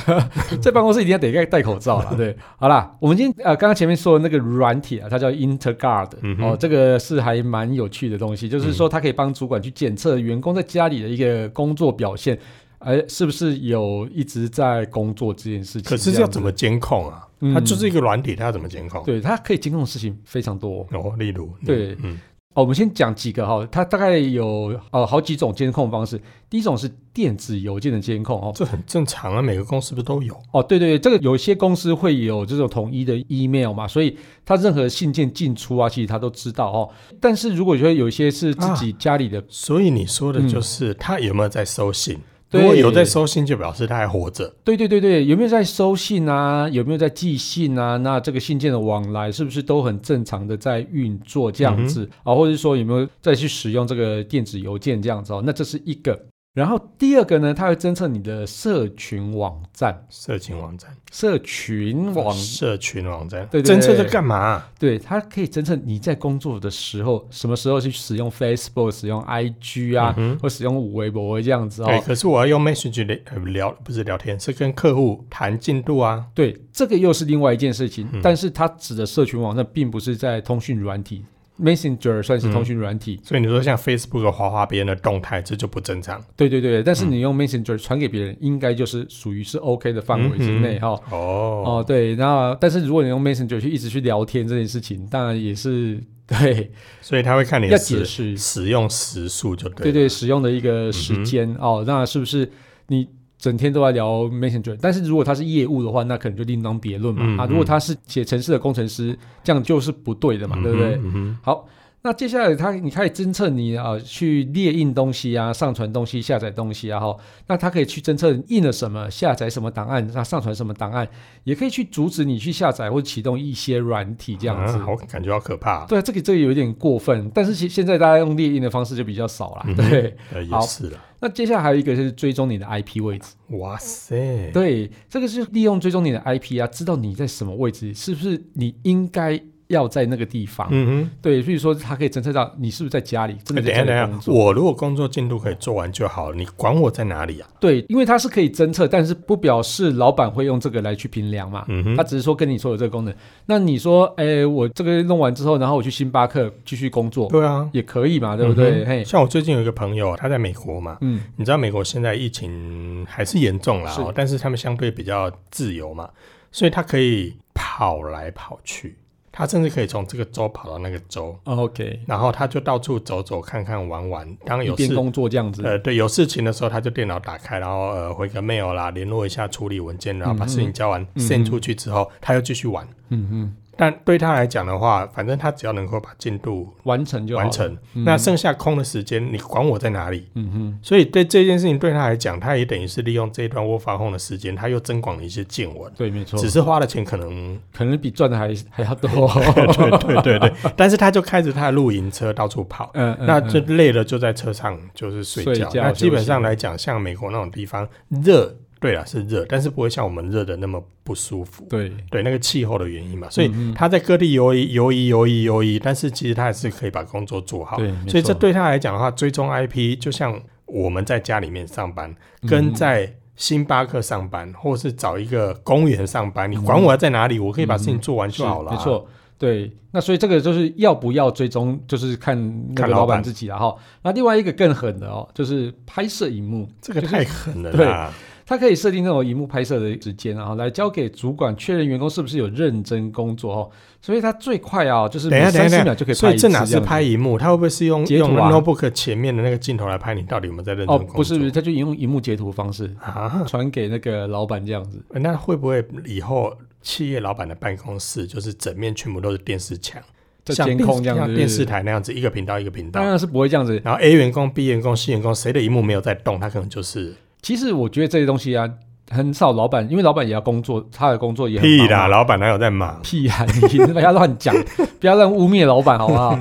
B: 在办公室一定要得戴口罩 啦。对，好啦，我们今天呃，刚刚前面说的那个软体啊，它叫 InterGuard，、
A: 嗯哼嗯
B: 哦，这个是还蛮有趣的东西，就是说它可以帮主管去检测员工在家里的一个工作表现，哎、是不是有一直在工作这件事情？
A: 可是
B: 这
A: 要
B: 样子
A: 怎么？监控啊？
B: 嗯
A: 它就是一个软体，它要怎么监控？
B: 对，它可以监控的事情非常多。
A: 哦，例如，嗯
B: 对
A: 嗯，
B: 哦，我们先讲几个哈、它大概有呃好几种监控方式。第一种是电子邮件的监控哦，
A: 这很正常啊，每个公司不都有？
B: 哦，对对，对这个有些公司会有这种统一的 email 嘛，所以它任何信件进出啊，其实它都知道哦。但是如果说有一些是
A: 啊
B: 自己家里的，
A: 所以你说的就是他有没有在收信？
B: 对
A: 如果有在收信，就表示他还活着。
B: 对对对对，有没有在收信啊？有没有在寄信啊？那这个信件的往来是不是都很正常的在运作这样
A: 嗯
B: 子啊、或者是说有没有再去使用这个电子邮件这样子哦？那这是一个。然后第二个呢，它会侦测你的社群网站，
A: 社群网站，
B: 社群网
A: 社群网站，
B: 对对
A: 侦
B: 对
A: 测这干嘛？
B: 对，它可以侦测你在工作的时候，什么时候去使用 Facebook、使用 IG 啊，
A: 嗯哎
B: 或使用微博这样子
A: 对，
B: 哦。
A: 可是我要用 Message 聊呃聊，不是聊天，是跟客户谈进度啊。
B: 对，这个又是另外一件事情，
A: 嗯
B: 但是它指的社群网站并不是在通讯软体，Messenger 算是通讯软体。
A: 所以你说像 Facebook 划划别人的动态，这就不正常
B: 对对对，但是
A: 嗯
B: 你用 Messenger 传给别人，应该就是属于是 OK 的范围之内哈。
A: 哦。
B: 哦，对，那但是如果你用 Messenger 去一直去聊天这件事情，当然也是对
A: 所以他会看你
B: 要
A: 的
B: 解
A: 使
B: 释，
A: 使用时数就对嗯
B: 对
A: 了。
B: 对，使用的一个时间、哦，那是不是你整天都在聊 Messenger？但是如果他是业务的话，那可能就另当别论嘛、
A: 嗯
B: 啊。
A: 嗯
B: 如果他是写程式的工程师，这样就是不对的嘛，对不对？
A: 嗯哼
B: 好，那接下来它你可以侦测你啊、去列印东西啊，上传东西、下载东西啊，哈，那它可以去侦测你印了什么，下载什么档案，那上传什么档案，也可以去阻止你去下载或启动一些软体这
A: 这
B: 样子。
A: 啊好感觉好可怕啊。
B: 对，这个这个有一点过分，但是其现在大家用列印的方式就比较少啦。
A: 嗯哼
B: 对，
A: 呃，也
B: 好
A: 是了。
B: 那接下来还有一个就是追踪你的 IP 位置，
A: 哇塞，
B: 对，这个是利用追踪你的 IP 啊，知道你在什么位置，是不是你应该要在那个地方？
A: 嗯哼。
B: 对，所以说它可以侦测到你是不是在家里，真
A: 那等
B: 的
A: 一下，
B: 在家
A: 等
B: 里工
A: 一下，
B: 作。
A: 我如果工作进度可以做完就好，你管我在哪里啊？
B: 对，因为它是可以侦测，但是不表示老板会用这个来去评量嘛。
A: 嗯
B: 他
A: 哼，
B: 只是说跟你说有这个功能，那你说，哎，我这个弄完之后，然后我去星巴克继续工作，
A: 对啊，
B: 也可以嘛，对不对？
A: 嗯哼
B: 嘿，
A: 像我最近有一个朋友，他在美国嘛，
B: 嗯，
A: 你知道美国现在疫情还是严重啦、
B: 是
A: 哦，但是他们相对比较自由嘛，所以他可以跑来跑去，他甚至可以从这个州跑到那个州，
B: ，OK，
A: 然后他就到处走走看看玩玩。当
B: 一
A: 有
B: 边
A: 事
B: 工作这样子，
A: 呃对有事情的时候，他就电脑打开，然后呃回个 mail 啦，联络一下处理文件，然后把事情交完、
B: 嗯
A: send 出去之后，他又继续玩。
B: 嗯嗯，
A: 但对他来讲的话，反正他只要能够把进度
B: 完成就好了
A: 完，成，
B: 嗯
A: 那剩下空的时间，你管我在哪里？
B: 嗯哼。
A: 所以对这件事情对他来讲，他也等于是利用这一段 work from home 的时间，他又增广了一些见闻，
B: 对，没错，
A: 只是花的钱可能，
B: 可能比赚的还还要多。
A: 对对对对，但是他就开着他的露营车到处跑。
B: 嗯，嗯
A: 那
B: 嗯
A: 就累了就在车上就是睡觉。
B: 睡觉
A: 那基本
B: 休息
A: 上来讲，像美国那种地方热，对啦是热，但是不会像我们热的那么不舒服。
B: 对，
A: 对，那个气候的原因嘛，所以
B: 嗯嗯
A: 他在各地游移、游移、游移、游移，但是其实他还是可以把工作做好。
B: 对，没
A: 所以这
B: 错
A: 对他来讲的话，追踪 IP 就像我们在家里面上班，
B: 嗯
A: 跟在星巴克上班，或是找一个公园上班，你管我在哪里，我可以把事情做完就好了、
B: 嗯是没，错。对，那所以这个就是要不要追踪，就是看那个
A: 看
B: 老
A: 老
B: 板
A: 板
B: 自己了哈。那另外一个更狠的哦，就是拍摄荧幕，
A: 这个太狠了
B: 对
A: 啦。
B: 它可以设定那种荧幕拍摄的时间啊，来交给主管确认员工是不是有认真工作哦。所以它最快啊，就是
A: 等一
B: 每
A: 下，等一
B: 三十
A: 下，
B: 秒
A: 等
B: 就
A: 一
B: 可以
A: 下
B: 拍
A: 所
B: 一
A: 以
B: 次
A: 这
B: 这样
A: 哪
B: 子哦
A: 是拍荧幕？他会不会是用、
B: 截图啊
A: 用 notebook 前面的那个镜头来拍你到底有没有在认真
B: 哦，
A: 工作？
B: 不是，它就用荧幕截图方式
A: 啊，
B: 传给那个老板这样子。
A: 那会不会以后企业老板的办公室就是整面全部都是电视墙，
B: 在
A: 像
B: 监
A: 电
B: 控这样子嗯
A: 像电视台那样子，一个频道一个频道
B: 当？然是不会这样子。
A: 然后 A 员工、B 员工、C 员工，谁的荧幕没有在动，他可能就是
B: 其实我觉得这些东西啊，很少老板，因为老板也要工作，他的工作也很
A: 屁
B: 忙嘛
A: 啦，老板哪有在忙？
B: 屁啊！你不要乱讲， 不要乱污蔑老板，好不好？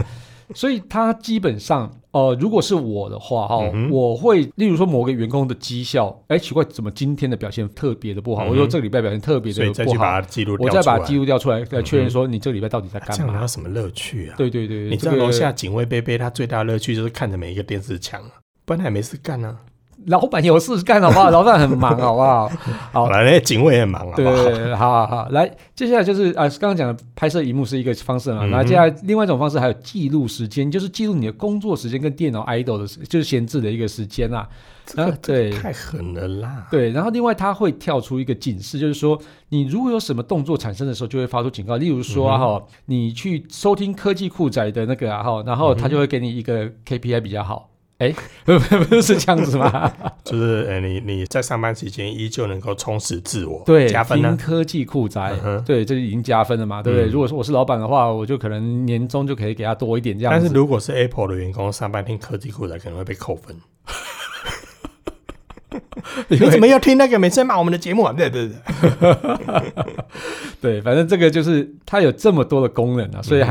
B: 所以他基本上，呃，如果是我的话，哈、
A: 嗯哼
B: 我会，例如说某个员工的绩效，哎，奇怪，怎么今天的表现特别的不好？
A: 嗯哼
B: 我说这个礼拜表现特别
A: 所以
B: 的
A: 再
B: 不
A: 去
B: 好，
A: 把它记录
B: 我
A: 掉
B: 再
A: 出
B: 把
A: 来，
B: 记录调出来，来确认说你这个礼拜到底在
A: 啊这
B: 干
A: 样哪
B: 嘛？
A: 有什么乐趣啊？
B: 对对对，对
A: 你知道
B: 这个
A: 楼下警卫贝贝他最大的乐趣就是看着每一个电视墙啊，不然他也没事干啊。
B: 老板有事干好不好？老板很忙好不好？好
A: 好了，那些警卫也忙，啊好
B: 对
A: 不好？
B: 对对，好好好，来，接下来就是啊，刚刚讲的拍摄荧幕是一个方式嘛，
A: 嗯哼
B: 然后接下来另外一种方式还有记录时间，就是记录你的工作时间跟电脑 idle 的时，就是闲置的一个时间啊。
A: 这个
B: 啊对
A: 这个太狠了啦！
B: 对，然后另外它会跳出一个警示，就是说你如果有什么动作产生的时候，就会发出警告。例如说
A: 嗯
B: 啊哈、你去收听科技酷宅的那个啊哈，然
A: 嗯
B: 后它就会给你一个 KPI 比较好。哎， 不不不是这样子吗？
A: 就是呃，你你在上班期间依旧能够充实自我，
B: 对，
A: 加分啊
B: 听
A: 呢。
B: 科技酷宅
A: 嗯，哼
B: 对，这已经加分了嘛，对不对？
A: 嗯
B: 如果说我是老板的话，我就可能年终就可以给他多一点这样
A: 但
B: 子。
A: 是如果是 Apple 的员工上班听科技酷宅，可能会被扣 分。你
B: 因为
A: 怎么要听那个每次骂我们的节目啊？对对对，
B: 对，反正这个就是它有这么多的功能啊，所
A: 嗯
B: 以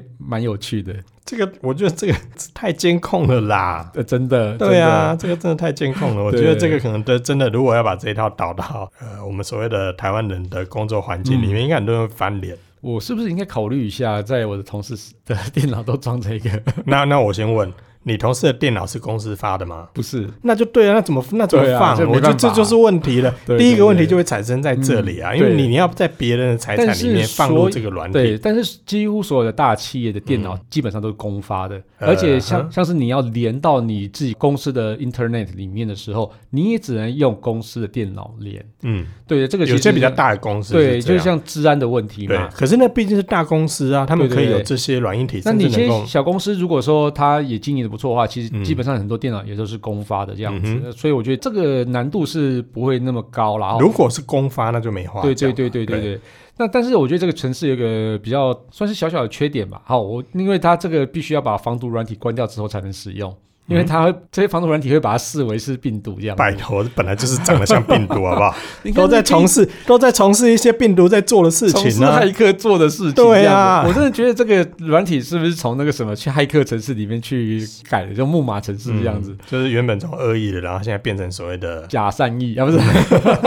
B: 还蛮有趣的，
A: 这个我觉得这个太监控了啦。
B: 呃，真的。
A: 对
B: 呀，
A: 啊，这个真的太监控了。我
B: 对
A: 觉得这个可能真真的，如果要把这一套导到呃我们所谓的台湾人的工作环境里
B: 嗯
A: 面，应该很多人会翻脸。
B: 我是不是应该考虑一下，在我的同事的电脑都装这个？
A: 那那我先问你，同事的电脑是公司发的吗？
B: 不是，
A: 那就对啊，那怎么那怎么
B: 对啊
A: 放？
B: 这没
A: 我觉得
B: 办法
A: 这
B: 啊
A: 就是问题了。
B: 对
A: 第一
B: 对
A: 个问题
B: 对
A: 就会产生在这里啊，
B: 嗯
A: 因为
B: 对
A: 你你要在别人的财
B: 但
A: 产
B: 是
A: 里面放入
B: 所以
A: 这个软体，嗯
B: 对，但是几乎所有的大企业的电脑基本上都是公发的，
A: 呃
B: 而且像
A: 哼
B: 像是你要连到你自己公司的 Internet 里面的时候，你也只能用公司的电脑连。
A: 嗯，
B: 对，这个
A: 有
B: 其实
A: 些比较
B: 是，
A: 大的公司
B: 对，
A: 这
B: 就
A: 样
B: 像治安的问题
A: 对
B: 嘛，。
A: 可是那毕竟是大公司啊，他们
B: 对
A: 可
B: 对
A: 以有
B: 对
A: 这些软硬体，
B: 那
A: 甚
B: 你
A: 至
B: 一些
A: 能够
B: 小公司，如果说它也经营的不错的话，其实
A: 嗯
B: 基本上很多电脑也都是公发的这样子，
A: 嗯哼
B: 所以我觉得这个难度是不会那么高啦。哦
A: 如果是公发，那就没话
B: 对
A: 讲
B: 对
A: 了。
B: 对对对对。那但是我觉得这个城市有一个比较算是小小的缺点吧。好，我因为它这个必须要把防毒软体关掉之后才能使用，因为
A: 嗯
B: 它会、这些防毒软体会把它视为是病毒这样子。
A: 拜托，本来就是长得像病毒，好 不好？
B: 你看
A: 都在
B: 这
A: 从事都在从事一些病毒在做的事
B: 从事
A: 情啊呢、
B: 骇客做的事情，
A: 对啊
B: 呀，我真的觉得这个软体是不是从那个什么去骇客城市里面去改的，就木马城市
A: 嗯
B: 这样子，
A: 就是原本从恶意的，然后现在变成所谓的
B: 假善意，啊不是，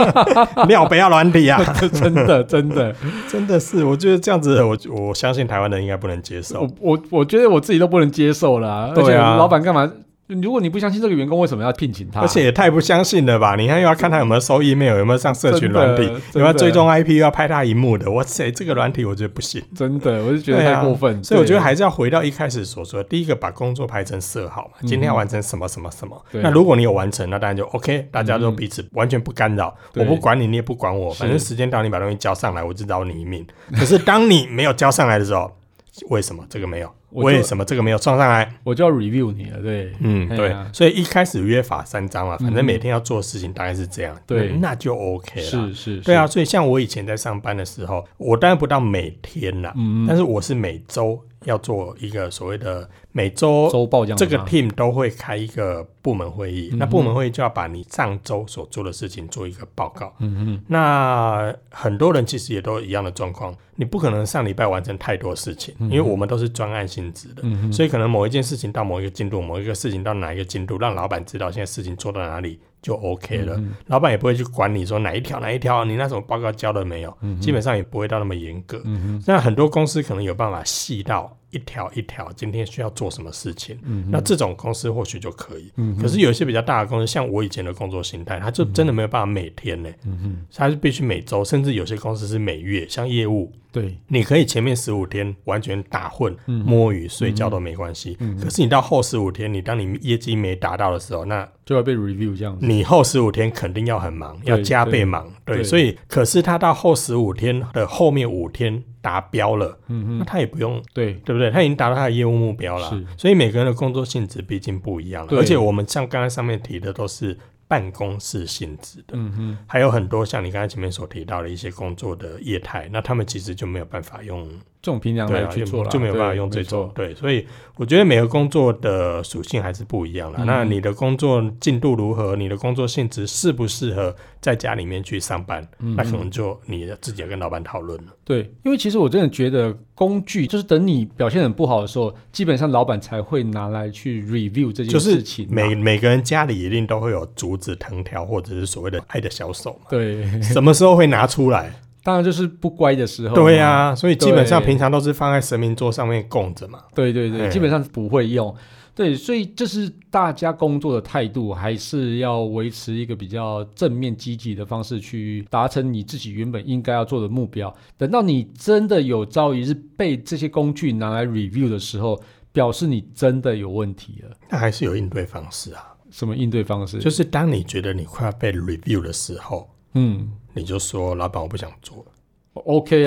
A: 尿不要软体啊，
B: 真的 真的，
A: 真的是，我觉得这样子，我我相信台湾人应该不能接受
B: 我。我我觉得我自己都不能接受了、而且
A: 对啊
B: 老板干嘛？如果你不相信这个员工，为什么要聘请他？
A: 而且也太不相信了吧！你看又要看他有没有收 email，有没有上社群软体
B: 真的，
A: 有没有
B: 真的
A: 追踪 IP，又要拍他荧幕的。哇塞，这个软体我觉得不行，
B: 真的，我就觉得
A: 对啊
B: 太过分，
A: 所以我觉得
B: 对
A: 还是要回到一开始所说的，第一个把工作排成色号嘛，今天要完成什么什么什么。
B: 对
A: 那如果你有完成，那当然就 OK，大家都
B: 嗯
A: 彼此完全不干扰，
B: 对
A: 我不管你，你也不管我，
B: 是
A: 反正时间到你把东西交上来，我就饶你一命。可是当你没有交上来的时候，为什么这个没有？
B: 我就
A: 为什么这个没有送上来？
B: 我就要 review 你了，对，
A: 嗯，
B: 哎
A: 对
B: 呀，
A: 所以一开始约法三章嘛，反正
B: 嗯
A: 每天要做的事情大概是这样，
B: 对
A: 那那就 OK 了。
B: 是是，
A: 对啊，，所以像我以前在上班的时候，我当然不到每天啦，
B: 嗯，
A: 但是我是每周要做一个所谓的每周。
B: 周报这样
A: 这
B: 子
A: 个
B: 吗
A: team 都会开一个部门会议，
B: 嗯哼
A: 那部门会议就要把你上周所做的事情做一个报告。
B: 嗯
A: 那很多人其实也都一样的状况，你不可能上礼拜完成太多事情，因为我们都是专案性质的。
B: 嗯嗯，
A: 所以可能某一件事情到某一个进度，某一个事情到哪一个进度，让老板知道现在事情做到哪里就 OK 了。
B: 嗯
A: 老板也不会去管你说哪一条哪一条，你那什么报告交了没有，基本上也不会到那么严格。
B: 嗯哼，
A: 那很多公司可能有办法细到一条一条，今天需要做什么事情，
B: 嗯
A: 那这种公司或许就可以。
B: 嗯哼
A: 可是有一些比较大的公司，像我以前的工作形态，它就真的没有办法每天呢、
B: 嗯哼，
A: 它是必须每周，甚至有些公司是每月，像业务，
B: 对，
A: 你可以前面十五天完全打混、
B: 嗯
A: 摸鱼、睡觉都没关系，可是你到后十五天，你当你业绩没达到的时候，那
B: 就要被 review 这样子，
A: 你后十五天肯定要很忙，
B: 对
A: 要加倍忙，对，
B: 对
A: 所以可是他到后十五天的后面五天达标了，
B: 嗯
A: 那
B: 哼，
A: 他也不用。
B: 对，
A: 对不对？他已经达到他的业务目标了
B: 是，
A: 所以每个人的工作性质毕竟不一样了。
B: 对
A: 而且我们像刚才上面提的都是办公室性质的，
B: 嗯哼，
A: 还有很多像你刚才前面所提到的一些工作的业态，那他们其实就没有办法用
B: 这种平常
A: 对
B: 来
A: 啊，
B: 去
A: 就
B: 做了，
A: 就没有办法
B: 对
A: 用这
B: 没错
A: 种。对，所以我觉得每个工作的属性还是不一样啦。
B: 嗯
A: 那你的工作进度如何？你的工作性质适不适合在家里面去上班？
B: 嗯
A: 那可能就你自己要跟老板讨论了。
B: 对，因为其实我真的觉得工具就是等你表现很不好的时候，基本上老板才会拿来去 review 这
A: 就
B: 件
A: 是
B: 事情啊嘛、
A: 每每个人家里一定都会有竹子、藤条，或者是所谓的爱的小手嘛。
B: 对，
A: 什么时候会拿出来？
B: 当然就是不乖的时候。
A: 对、啊呀、所以基本上
B: 对
A: 平常都是放在神明桌上面供着嘛。
B: 对对对，
A: 嗯
B: 基本上不会用。对，所以这是大家工作的态度，还是要维持一个比较正面积极的方式去达成你自己原本应该要做的目标。等到你真的有朝一日被这些工具拿来 review 的时候，表示你真的有问题了。
A: 那还是有应对方式啊，
B: 什么应对嗯方式？
A: 就是当你觉得你快要被 review 的时候，
B: 嗯
A: 你就说老板我不想做了
B: ，OK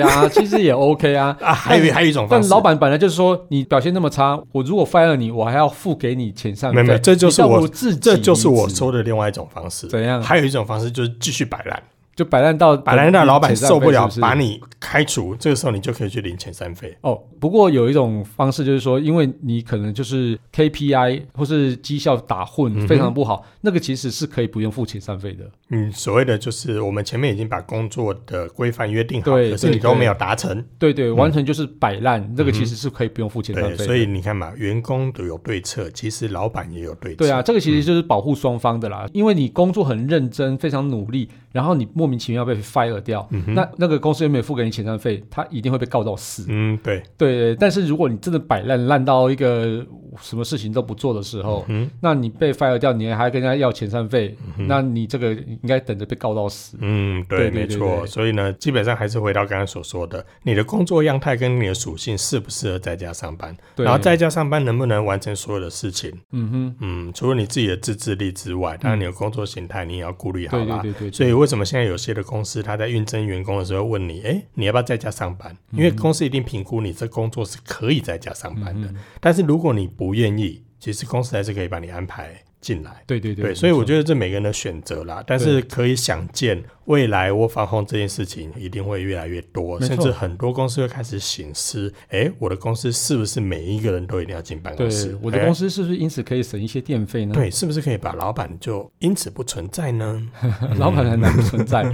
B: 啊，其实也 OK 啊。
A: 啊。还有还有一种方
B: 但
A: 式，
B: 老板本来就是说你表现那么差，我如果 fire 你，我还要付给你遣散费。
A: 没有没有这就是
B: 你倒不
A: 我
B: 如自己
A: 这就是
B: 离
A: 我
B: 职
A: 说的另外一种方式。
B: 怎样啊
A: 还有一种方式就是继续摆烂，
B: 就摆烂到
A: 摆烂让老板
B: 遣散
A: 受不
B: 费
A: 了，
B: 是是
A: 把你开除，这个时候你就可以去领遣散费。
B: 哦，不过有一种方式就是说，因为你可能就是 KPI 或是绩效打
A: 嗯
B: 混
A: 哼
B: 非常不好，那个其实是可以不用付遣散费的。
A: 嗯，所谓的就是我们前面已经把工作的规范约定好，
B: 对
A: 可是你
B: 对
A: 都
B: 对
A: 没有达成，
B: 对对，完全就是摆烂，那个其实是可以不用付遣散
A: 嗯对，
B: 费
A: 所
B: 的。
A: 以你看嘛，员工都有对策，其实老板也有对策。
B: 对啊，，这个其
A: 嗯
B: 实就是保护双方的啦，因为你工作很认真，非常努力，然后你莫名其妙被 fire 掉，
A: 嗯哼
B: 那那个公司又没有付给你遣散费，他一定会被告到死。
A: 嗯，对，
B: 对，但是如果你真的摆烂，烂到一个什么事情都不做的时候，
A: 嗯
B: 那你被 fire 掉，你还跟人家要遣散费，
A: 哼
B: 那你这个应该等着被告到死。
A: 嗯，对，
B: 对对
A: 没
B: 对
A: 错。
B: 对
A: 所以呢，基本上还是回到刚刚所说的，你的工作样态跟你的属性适不适合在家上班，
B: 对，
A: 然后在家上班能不能完成所有的事情？
B: 嗯哼，
A: 嗯，除了你自己的自制力之外，当然你的工作形态你也要顾虑好
B: 嗯对
A: 啦。
B: 对对对，
A: 所以为什么现在有些的公司，他在应征员工的时候问你，哎、你要不要在家上班？
B: 嗯
A: 因为公司一定评估你这工作是可以在家上班
B: 嗯
A: 的。但是如果你不愿意，其实公司还是可以把你安排进来。
B: 对对
A: 对，所以我
B: 得
A: 觉得这每个人的选择啦，但是可以想见，未来我防控这件事情一定会越来越多，
B: 没错
A: 甚至很多公司会开始醒思，哎、我的公司是不是每一个人都一定要进办公室
B: 对？我的
A: 诶
B: 公司是不是因此可以省一些电费呢？
A: 对，是不是可以把老板就因此不存在呢？
B: 老板很难 存在，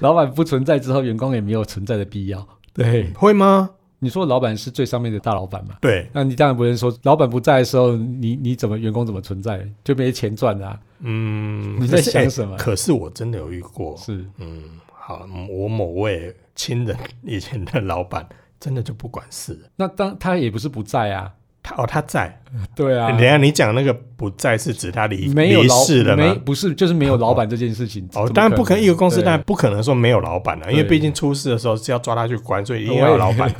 B: 老板不存在之后，员工也没有存在的必要。对，
A: 会吗？
B: 你说老板是最上面的大老板嘛？
A: 对，
B: 那你当然不能说老板不在的时候，你你怎么员工怎么存在，就没钱赚啊？
A: 嗯，
B: 你在
A: 可是
B: 想
A: 欸
B: 什么
A: 可是我真的有遇过，
B: 是，
A: 嗯，好，嗯我某位亲人 以前的老板真的就不管事，
B: 那当他也不是不在 啊，
A: 他哦他在，
B: 对啊
A: 等一，下你讲那个不在是指他离
B: 没有
A: 离
B: 老
A: 世了
B: 没
A: 吗？
B: 不是就是没有老板这件事情。
A: 哦，
B: 怎么
A: 当然不可能，一个公司
B: 对
A: 当然不可能说没有老板了、因为
B: 对
A: 毕竟出事的时候是要抓他去关，所以一定
B: 我
A: 要有
B: 也
A: 老板。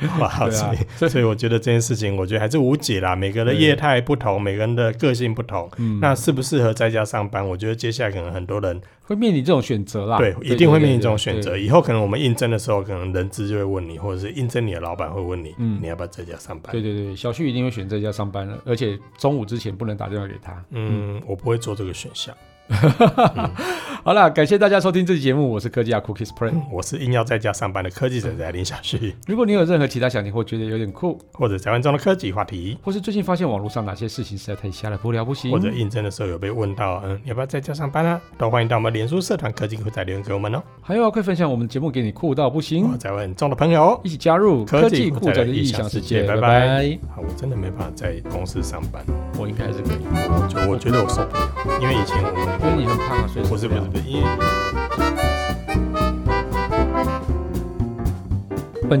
A: 哇，
B: 对啊
A: 所以所以我觉得这件事情，我觉得还是无解啦。每个人的
B: 对
A: 业态不同，每个人的个性不同，
B: 嗯
A: 那适不适合在家上班，我觉得接下来可能很多人
B: 会面临这种选择啦。
A: 对，一定会面临这种选。
B: 啊对
A: 择。
B: 对
A: 以后可能我们应征的时候，可能人资就会问你，或者是应征你的老板会问你，
B: 嗯
A: 你要不要在家上班？
B: 对对对对，小旭一定会选这家上班了，而且中午之前不能打电话给他。
A: 嗯，我不会做这个选项，
B: 好啦，感谢大家收听这期节目，我是科技啊 Cookies Play。
A: 嗯我是硬要在家上班的科技
B: 嗯
A: 人才林小旭，
B: 如果你有任何其他想听或觉得有点酷，
A: 或者台湾中的科技话题，
B: 或是最近发现网络上哪些事情实在太瞎了，不聊不行，
A: 或者应征的时候有被问到，嗯，你要不要在家上班啊？都欢迎到我们脸书社团科技酷仔留言给我们哦，
B: 还有啊，快分享我们节目给你酷到不行
A: 我，在外很重的朋友哦。
B: 一起加入
A: 科
B: 科
A: 技
B: 技
A: 酷
B: 酷
A: 宅
B: 宅
A: 的
B: 的
A: 异
B: 异
A: 想
B: 想
A: 世
B: 世
A: 界
B: 界。
A: 拜
B: 拜
A: 拜
B: 拜，
A: 好，我真的没办法在公司上班，
B: 我应该还是可以，
A: 我就我觉得我受不了，因为以前我们
B: 因为你很胖啊，所以
A: 不是不是
B: 这样
A: 不是，因为
B: 本